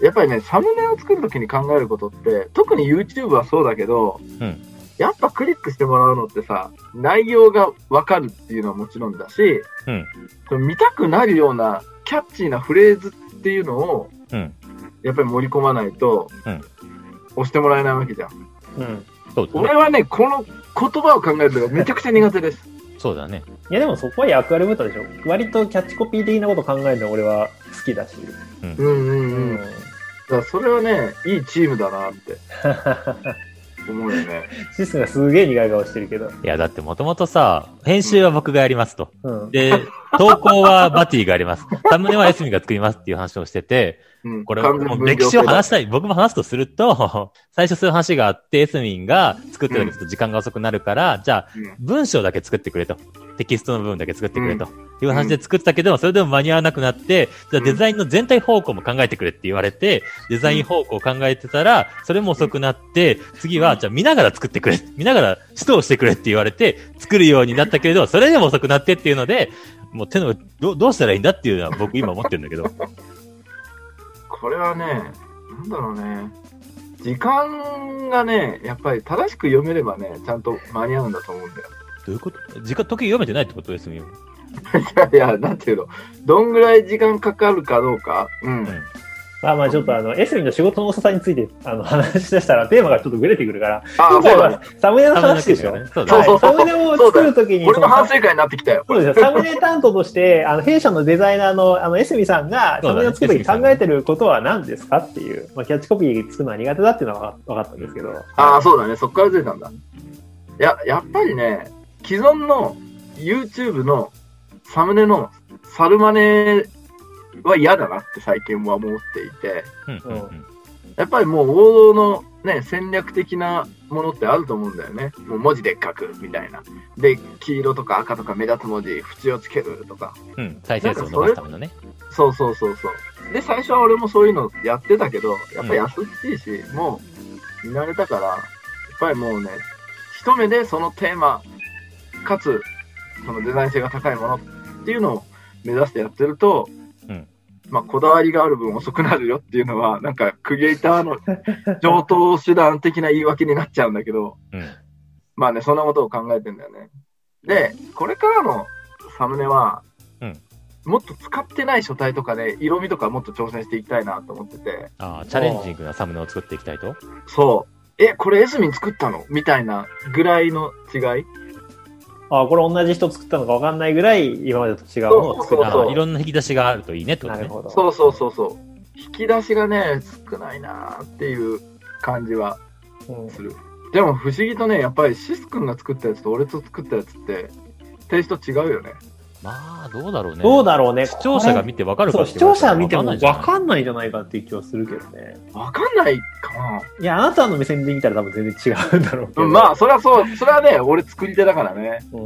Speaker 1: やっぱりね、サムネを作るときに考えることって、特に YouTube はそうだけど、
Speaker 2: うん
Speaker 1: やっぱクリックしてもらうのってさ、内容がわかるっていうのはもちろんだし、
Speaker 2: うん
Speaker 1: その見たくなるようなキャッチーなフレーズっていうのを、
Speaker 2: うん。
Speaker 1: やっぱり盛り込まないと、
Speaker 2: うん
Speaker 1: 押してもらえないわけじゃん。
Speaker 3: うん。
Speaker 2: そうだね
Speaker 1: 俺。はね、この言葉を考えるのがめちゃくちゃ苦手です。
Speaker 2: そうだね。
Speaker 3: いやでもそこは役割分担でしょ。割とキャッチコピー的なこと考えるの俺は好きだし。
Speaker 1: うんうん
Speaker 3: う
Speaker 1: うん。だからそれはね、いいチームだなって思うよね。
Speaker 3: シスがすげえ苦い顔してるけど。
Speaker 2: いや、だってもともとさ、編集は僕がやりますと。
Speaker 3: うん。
Speaker 2: で、投稿はバティがやります。サムネはエスミが作りますっていう話をしてて、
Speaker 1: うん
Speaker 2: これ、
Speaker 1: 完全
Speaker 2: もう
Speaker 1: 分業
Speaker 2: 歴史を
Speaker 1: 制だ
Speaker 2: 話したい。僕も話すとすると、 *laughs* 最初そういう話があって、エスミンが作ってたけどちょっと時間が遅くなるから、じゃあ、
Speaker 1: うん
Speaker 2: 文章だけ作ってくれと。テキストの部分だけ作ってくれと。いう話で作ったけど、それでも間に合わなくなって、じゃあ
Speaker 1: うん
Speaker 2: デザインの全体方向も考えてくれって言われて、デザイン方向を考えてたら、それも遅くなって、次は、じゃあ見ながら作ってくれ。見ながら指導してくれって言われて、作るようになったけれど、それでも遅くなってっていうので、もう手の、どどうしたらいいんだっていうのは僕今思ってるんだけど。
Speaker 1: これはね、なんだろうね。時間がね、やっぱり正しく読めればね、ちゃんと間に合うんだと思うんだよ。 *laughs*
Speaker 2: どういうこと時間、時計読めてないってことですよ。
Speaker 1: いや、いやなんていうの、どんぐらい時間かかるかどうか。うん。
Speaker 3: まあまあちょっとあの、エスミンの仕事の多さについてあの話し出したらテーマがちょっとぐれてくるから、
Speaker 1: あ、そ
Speaker 3: 今
Speaker 1: う
Speaker 3: 回
Speaker 1: だね
Speaker 3: は。サムネの話でしょ。
Speaker 2: そうだ
Speaker 1: そ
Speaker 2: ね
Speaker 1: うそう
Speaker 3: サムネを作るときに、
Speaker 1: 俺
Speaker 3: そ
Speaker 1: の
Speaker 3: の
Speaker 1: 反省会になってきたよ。
Speaker 3: そうですよサムネ担当として、あの弊社のデザイナーのあのエスミさんが、
Speaker 2: そうだね
Speaker 3: サムネを作るとき考えてることは何ですかっていう、まあ、キャッチコピー作るのは苦手だっていうのは分かったんですけど、
Speaker 1: ああ、そうだね。そっからずれたんだ。いや、やっぱりね、既存の YouTube のサムネのサルマネは嫌だなって最近は思っていて、
Speaker 2: うんうんうん
Speaker 1: やっぱりもう王道のね、戦略的なものってあると思うんだよね。もう文字で書くみたいな。で、黄色とか赤とか目立つ文字、縁をつけるとか。
Speaker 2: うん。再生数を伸ばすためのね。
Speaker 1: そうそうそうそう。で、最初は俺もそういうのやってたけど、やっぱ安っちいし、もう見慣れたから、やっぱりもうね、一目でそのテーマ、かつ、そのデザイン性が高いものっていうのを目指してやってると、
Speaker 2: うん
Speaker 1: まあ、こだわりがある分遅くなるよっていうのは、なんか、クリエイターの上等手段的な言い訳になっちゃうんだけど、
Speaker 2: うん。
Speaker 1: まあね、そんなことを考えてんだよね。で、これからのサムネは、
Speaker 2: うん
Speaker 1: もっと使ってない書体とかで、色味とかもっと挑戦していきたいなと思ってて、
Speaker 2: あーチャレンジングなサムネを作っていきたいと。
Speaker 1: そう、え、これエスミン作ったのみたいなぐらいの違い。
Speaker 3: あこれ同じ人作ったのか分かんないぐらい今までと違うのを作
Speaker 1: そう
Speaker 3: る
Speaker 1: そう
Speaker 2: あーいろんな引き出しがあるといいねってこと
Speaker 3: な
Speaker 2: ね
Speaker 3: る。ほど
Speaker 1: そうそうそうそう。引き出しがね、少ないなーっていう感じは
Speaker 3: うん
Speaker 1: する。でも不思議とね、やっぱりシス君が作ったやつと俺と作ったやつって、テイスト違うよね。
Speaker 2: まあ、どうだろうね。
Speaker 3: どうだろうね
Speaker 2: 視聴者が見てわかる
Speaker 3: そ
Speaker 2: か
Speaker 3: う視聴者は見ても
Speaker 2: わ
Speaker 3: 分かんないんじゃないかっていう気はするけどね
Speaker 1: わかんないかない
Speaker 3: やあなたの目線で見たら多分全然違うんだろうけ
Speaker 1: う
Speaker 3: ど
Speaker 1: ん。まあ、それはそう、それはね、俺作り手だからね。
Speaker 3: う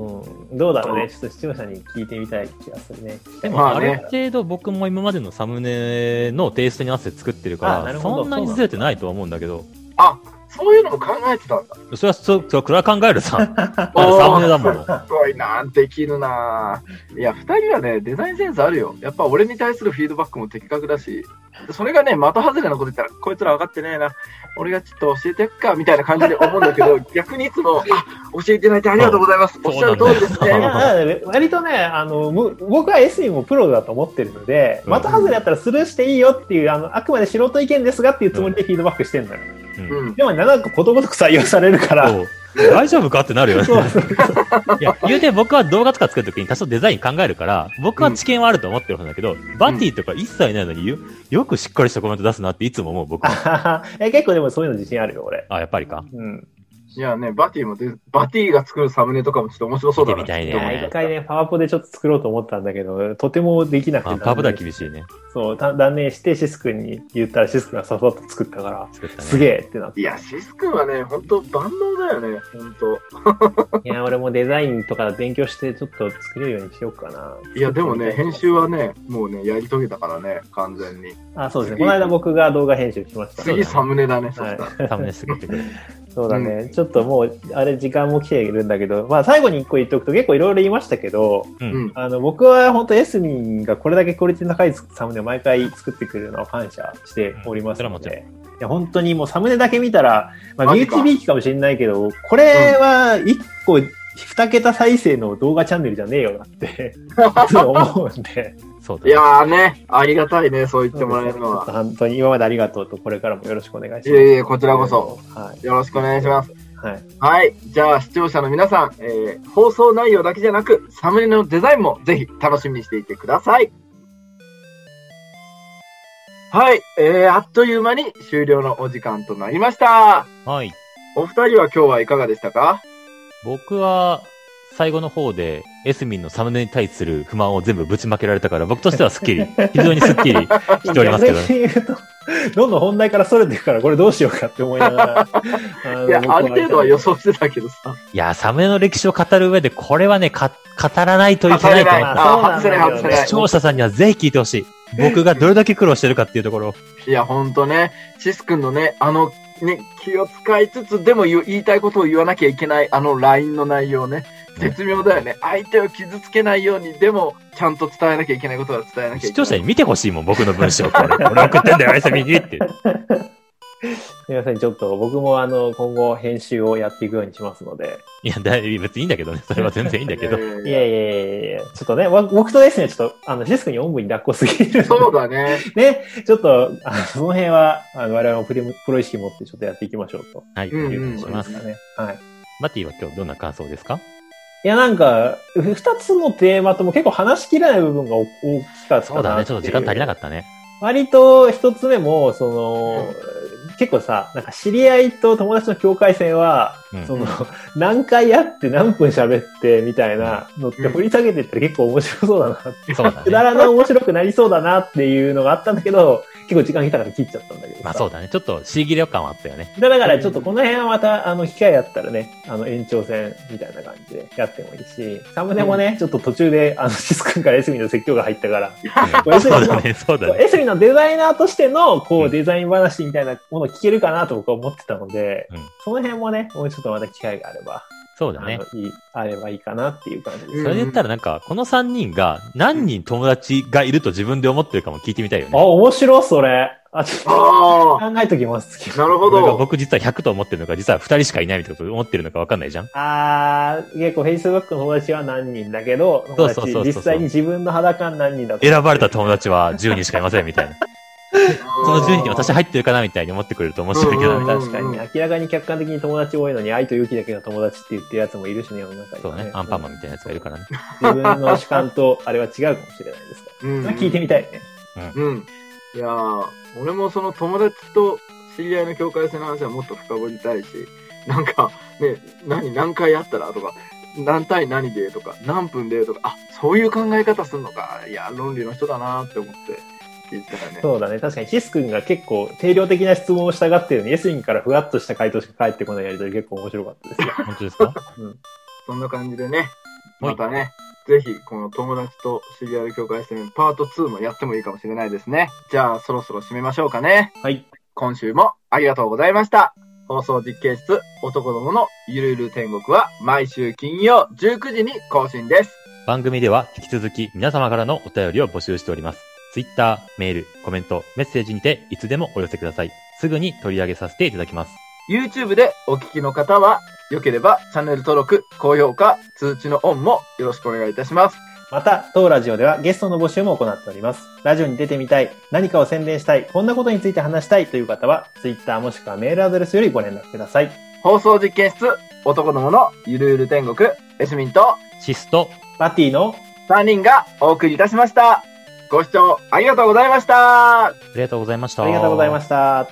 Speaker 3: ん、どうだろうねちょっと視聴者に聞いてみたい気がするね
Speaker 2: で
Speaker 1: ま
Speaker 2: も、
Speaker 1: あ
Speaker 2: あ
Speaker 1: ね
Speaker 2: る程度僕も今までのサムネのテイストに合わせて作ってるか
Speaker 3: あな
Speaker 2: ら、
Speaker 3: るほど
Speaker 2: そんなにずれてないとは思うんだけど、
Speaker 1: あ、そういうのも考えてたんだ。
Speaker 2: それは、そそそれは考えるさ。だ
Speaker 3: *laughs*
Speaker 2: って
Speaker 1: おー
Speaker 2: サムネだもの。
Speaker 1: すごいな、できるな。いや、二人はね、デザインセンスあるよ。やっぱ俺に対するフィードバックも的確だし、それがね、的外れなこと言ったら、こいつら分かってねえな、俺がちょっと教えてやっか、みたいな感じで思うんだけ
Speaker 2: *laughs*
Speaker 1: ど、逆にいつも、あ教えていただいてありがとうございます。おっしゃる通りです
Speaker 2: そう
Speaker 3: い
Speaker 1: ね
Speaker 2: なん。
Speaker 3: やだから割とねあのむ僕は SE もプロだと思ってるので
Speaker 2: うん
Speaker 3: 的外れだったらスルーしていいよっていうあのあくまで素人意見ですがっていうつもりでフィードバックしてるのよ
Speaker 2: うん
Speaker 1: うん。
Speaker 3: でも長くことごとく採用されるから
Speaker 2: そう大丈夫かってなるよね。
Speaker 3: そうそう
Speaker 2: いや、言うて僕は動画とか作るときに多少デザイン考えるから、僕は知見はあると思ってるんだけど、バティとか一切ないのによ、よくしっかりしたコメント出すなっていつも思う僕
Speaker 3: あ
Speaker 2: は。
Speaker 3: はは *laughs* え結構でもそういうの自信あるよ俺
Speaker 2: あ、やっぱりか。
Speaker 3: うん
Speaker 1: いやね、バティもで、バティが作るサムネとかもちょっと面白そうだな。
Speaker 2: 見てみたいね
Speaker 1: ちょっと
Speaker 3: い
Speaker 1: 思
Speaker 3: や
Speaker 1: っ
Speaker 3: 一回ね、パワポでちょっと作ろうと思ったんだけど、とてもできなく
Speaker 2: あ
Speaker 3: て、
Speaker 2: パブだ厳しいね。
Speaker 3: そうた断念してシス君に言ったらシス君がささっと作ったから、
Speaker 2: 作ったね。
Speaker 3: すげえってなって。
Speaker 1: いや、シス君はね、本当万能だよね、本当。
Speaker 3: い *laughs* や、俺もデザインとか勉強してちょっと作れるようにしようかな。
Speaker 1: いや、でもね、編集はね、もうね、やり遂げたからね、完全に。
Speaker 3: あ、そうですね。この間僕が動画編集しました。
Speaker 1: 次、サムネだね、そ
Speaker 3: は
Speaker 1: し
Speaker 3: い
Speaker 1: たら。
Speaker 2: サムネ作ってくれ。
Speaker 3: そうだね。ちょっともう、あれ時間も来ているんだけど、まあ最後に一個言っておくと結構いろいろ言いましたけど、
Speaker 2: う。
Speaker 1: うんん。
Speaker 3: あの、僕は本当エスミンがこれだけクオリティの高いサムネを毎回作ってくれるのは感謝しておりますの
Speaker 2: うんそれ
Speaker 3: で、いや、本当にもうサムネだけ見たら、まあ
Speaker 1: マ
Speaker 3: 身
Speaker 1: ジか
Speaker 3: 内びいきかもしれないけど、これは一個、二桁再生の動画チャンネルじゃねえよな
Speaker 1: *laughs*
Speaker 3: って、そう思うんで。
Speaker 2: そうだ
Speaker 1: い
Speaker 2: ね。
Speaker 1: やーね、ありがたいね、そう言ってもらえるの
Speaker 3: ちょっと
Speaker 1: は。
Speaker 3: 本当に今までありがとうと、これからもよろしくお願いします。
Speaker 1: いえいえこちらこそ。
Speaker 3: はい。
Speaker 1: よろしくお願いします。
Speaker 3: はい。
Speaker 1: はい。じゃあ、視聴者の皆さん、えー放送内容だけじゃなく、サムネのデザインもぜひ楽しみにしていてください。はい。えー、あっという間に終了のお時間となりました。
Speaker 2: はい。
Speaker 1: お二人は今日はいかがでしたか
Speaker 2: 僕は、最後の方で、エスミンのサムネに対する不満を全部ぶちまけられたから、僕としてはスッキリ、非常にスッキリしておりますけど
Speaker 3: *laughs*
Speaker 2: ね。
Speaker 3: 逆に言うと、どんどん本題からそれていくから、これどうしようかって思いながらあの。
Speaker 1: いや、
Speaker 3: 僕
Speaker 1: ある程度は予想してたけ *laughs* どさ。
Speaker 2: いや、サムネの歴史を語る上で、これはね、か語らないといけない
Speaker 1: 語ら
Speaker 2: と思っ
Speaker 1: ない
Speaker 2: た。
Speaker 1: あー外せない
Speaker 3: そうなんだよ
Speaker 1: 外
Speaker 3: ね
Speaker 1: せない
Speaker 2: 視聴者さんにはぜひ聞いてほしい。僕がどれだけ苦労してるかっていうところを。
Speaker 1: いや、ほんとね、シス君のね、あの、ね、気を使いつつ、でも言う言いたいことを言わなきゃいけない、あの LINE の内容ね。絶妙だよね。相手を傷つけないように、でも、ちゃんと伝えなきゃいけないことは伝えなきゃいけない。
Speaker 2: 視聴者に見てほしいもん、僕の文章。これ、俺送ってんだよ、エスミンって。
Speaker 3: すみません、ちょっと僕もあの、今後編集をやっていくようにしますので。
Speaker 2: いや、だい別にいいんだけどね。それは全然いいんだけど。
Speaker 1: えー
Speaker 3: いやいやいやいやちょっとね、わ僕とですね、ちょっと、あの、シスクにおんぶに抱っこすぎる。
Speaker 1: そうだね。
Speaker 3: ね、ちょっと、あのその辺は、あの我々もプリプロ意識持ってちょっとやっていきましょうと。
Speaker 2: はい、
Speaker 1: うんうん
Speaker 2: いうことにし
Speaker 3: ま
Speaker 2: ますす。
Speaker 3: かね。はい。
Speaker 2: マティは今日どんな感想ですか
Speaker 3: いや、なんか、二つのテーマとも結構話しきれない部分が大大きかったなってい
Speaker 2: そうだね、ちょっと時間足りなかったね。
Speaker 3: 割と一つ目も、その、結構さ、なんか知り合いと友達の境界線は、
Speaker 2: うん
Speaker 3: その、何回会って何分喋ってみたいなのって
Speaker 1: うん
Speaker 3: 掘り下げてったら結構面白そうだな、
Speaker 2: そうだ
Speaker 3: くだ
Speaker 2: *laughs*
Speaker 3: *laughs*
Speaker 2: ね。
Speaker 3: らな面白くなりそうだなっていうのがあったんだけど、結構時間来たから切っちゃったんだけどさ。
Speaker 2: まあそうだね。ちょっと、シーギレ感はあったよ
Speaker 3: *laughs*
Speaker 2: ね。
Speaker 3: だからちょっとこの辺はまた、あの、機会あったらね、あの、延長戦みたいな感じでやってもいいし、サムネもね、ちょっと途中で、あの、シス君からエスミの説教が入ったから、
Speaker 2: うん
Speaker 3: 要す
Speaker 2: そう
Speaker 3: るに
Speaker 2: だね、そうだ
Speaker 3: エ
Speaker 2: ね。
Speaker 3: スミのデザイナーとしての、こ
Speaker 2: う
Speaker 3: う、
Speaker 2: ん
Speaker 3: デザイン話みたいなものを聞けるかなと僕は思ってたので、
Speaker 2: うん
Speaker 3: その辺もね、もうちょっとまた機会があれば、
Speaker 2: そうだね。
Speaker 3: あのいいあればいいかなっていう感じです。
Speaker 1: うん
Speaker 2: それで言ったらなんか、この3人が何人友達がいると自分で思ってるかも聞いてみたいよ
Speaker 3: あ、
Speaker 2: ね。
Speaker 3: 面白いそれ。あ、ちょっと
Speaker 1: あ
Speaker 3: 考えときます。
Speaker 1: あ、なるほ
Speaker 2: 俺が
Speaker 1: ど。
Speaker 2: 僕実は100と思ってるのか、実は2人しかいないみたいなこと思ってるのかわかんないじゃん。
Speaker 3: あー、結構 Facebook の友達は何人だけど、
Speaker 2: そ
Speaker 3: 友
Speaker 2: うそうそうそう
Speaker 3: 達実際に自分の裸は何人だと
Speaker 2: 選ばれた友達は10人しかいませんみたいな。 *laughs* その10人に私入ってるかなみたいに思ってくれると面白いけど、みたいな。
Speaker 3: 確かに、
Speaker 1: うん
Speaker 3: 明らかに客観的に友達多いのに、愛と勇気だけの友達って言ってるやつもいるしね、世の中に
Speaker 2: そう
Speaker 3: は、
Speaker 2: ね、アンパンマンみたいなやつがいるからね。
Speaker 3: 自分の主観と、あれは違うかもしれないですか
Speaker 1: うん
Speaker 3: ら。聞いてみたいね。
Speaker 1: うん。いやー俺もその友達と知り合いの境界線の話はもっと深掘りたいし、なんか、ね、何、何回やったらとか、何対何でとか、何分でとか、あ、そういう考え方すんのか。いや、論理の人だなって思って聞いてたらね。
Speaker 3: そうだね。確かに、シス君が結構定量的な質問をしたがってるのに、エスミンからふわっとした回答しか返ってこないやりとり結構面白かっ
Speaker 2: *laughs*
Speaker 3: たですよ。
Speaker 2: 本当ですか
Speaker 1: そんな感じでね、
Speaker 2: は
Speaker 1: ま
Speaker 2: い
Speaker 1: たね、ぜひこの友達と知り合いの境界線パート2もやってもいいかもしれないですね。じゃあそろそろ締めましょうかね。
Speaker 3: はい。
Speaker 1: 今週もありがとうございました。放送実験室男どものゆるゆる天国は毎週金曜19時に更新です。
Speaker 2: 番組では引き続き皆様からのお便りを募集しております。ツイッター、メール、コメント、メッセージにていつでもお寄せください。すぐに取り上げさせていただきます。
Speaker 1: YouTube でお聞きの方は、良ければチャンネル登録、高評価、通知のオンもよろしくお願いいたします。
Speaker 3: また、当ラジオではゲストの募集も行っております。ラジオに出てみたい、何かを宣伝したい、こんなことについて話したいという方は、Twitter もしくはメールアドレスよりご連絡ください。
Speaker 1: 放送実験室男どものゆるゆる天国、エスミンと
Speaker 2: シスト、
Speaker 3: バティの
Speaker 1: 3人がお送りいたしました。ご視聴ありがとうございました。
Speaker 2: ありがとうございました。
Speaker 3: ありがとうございました。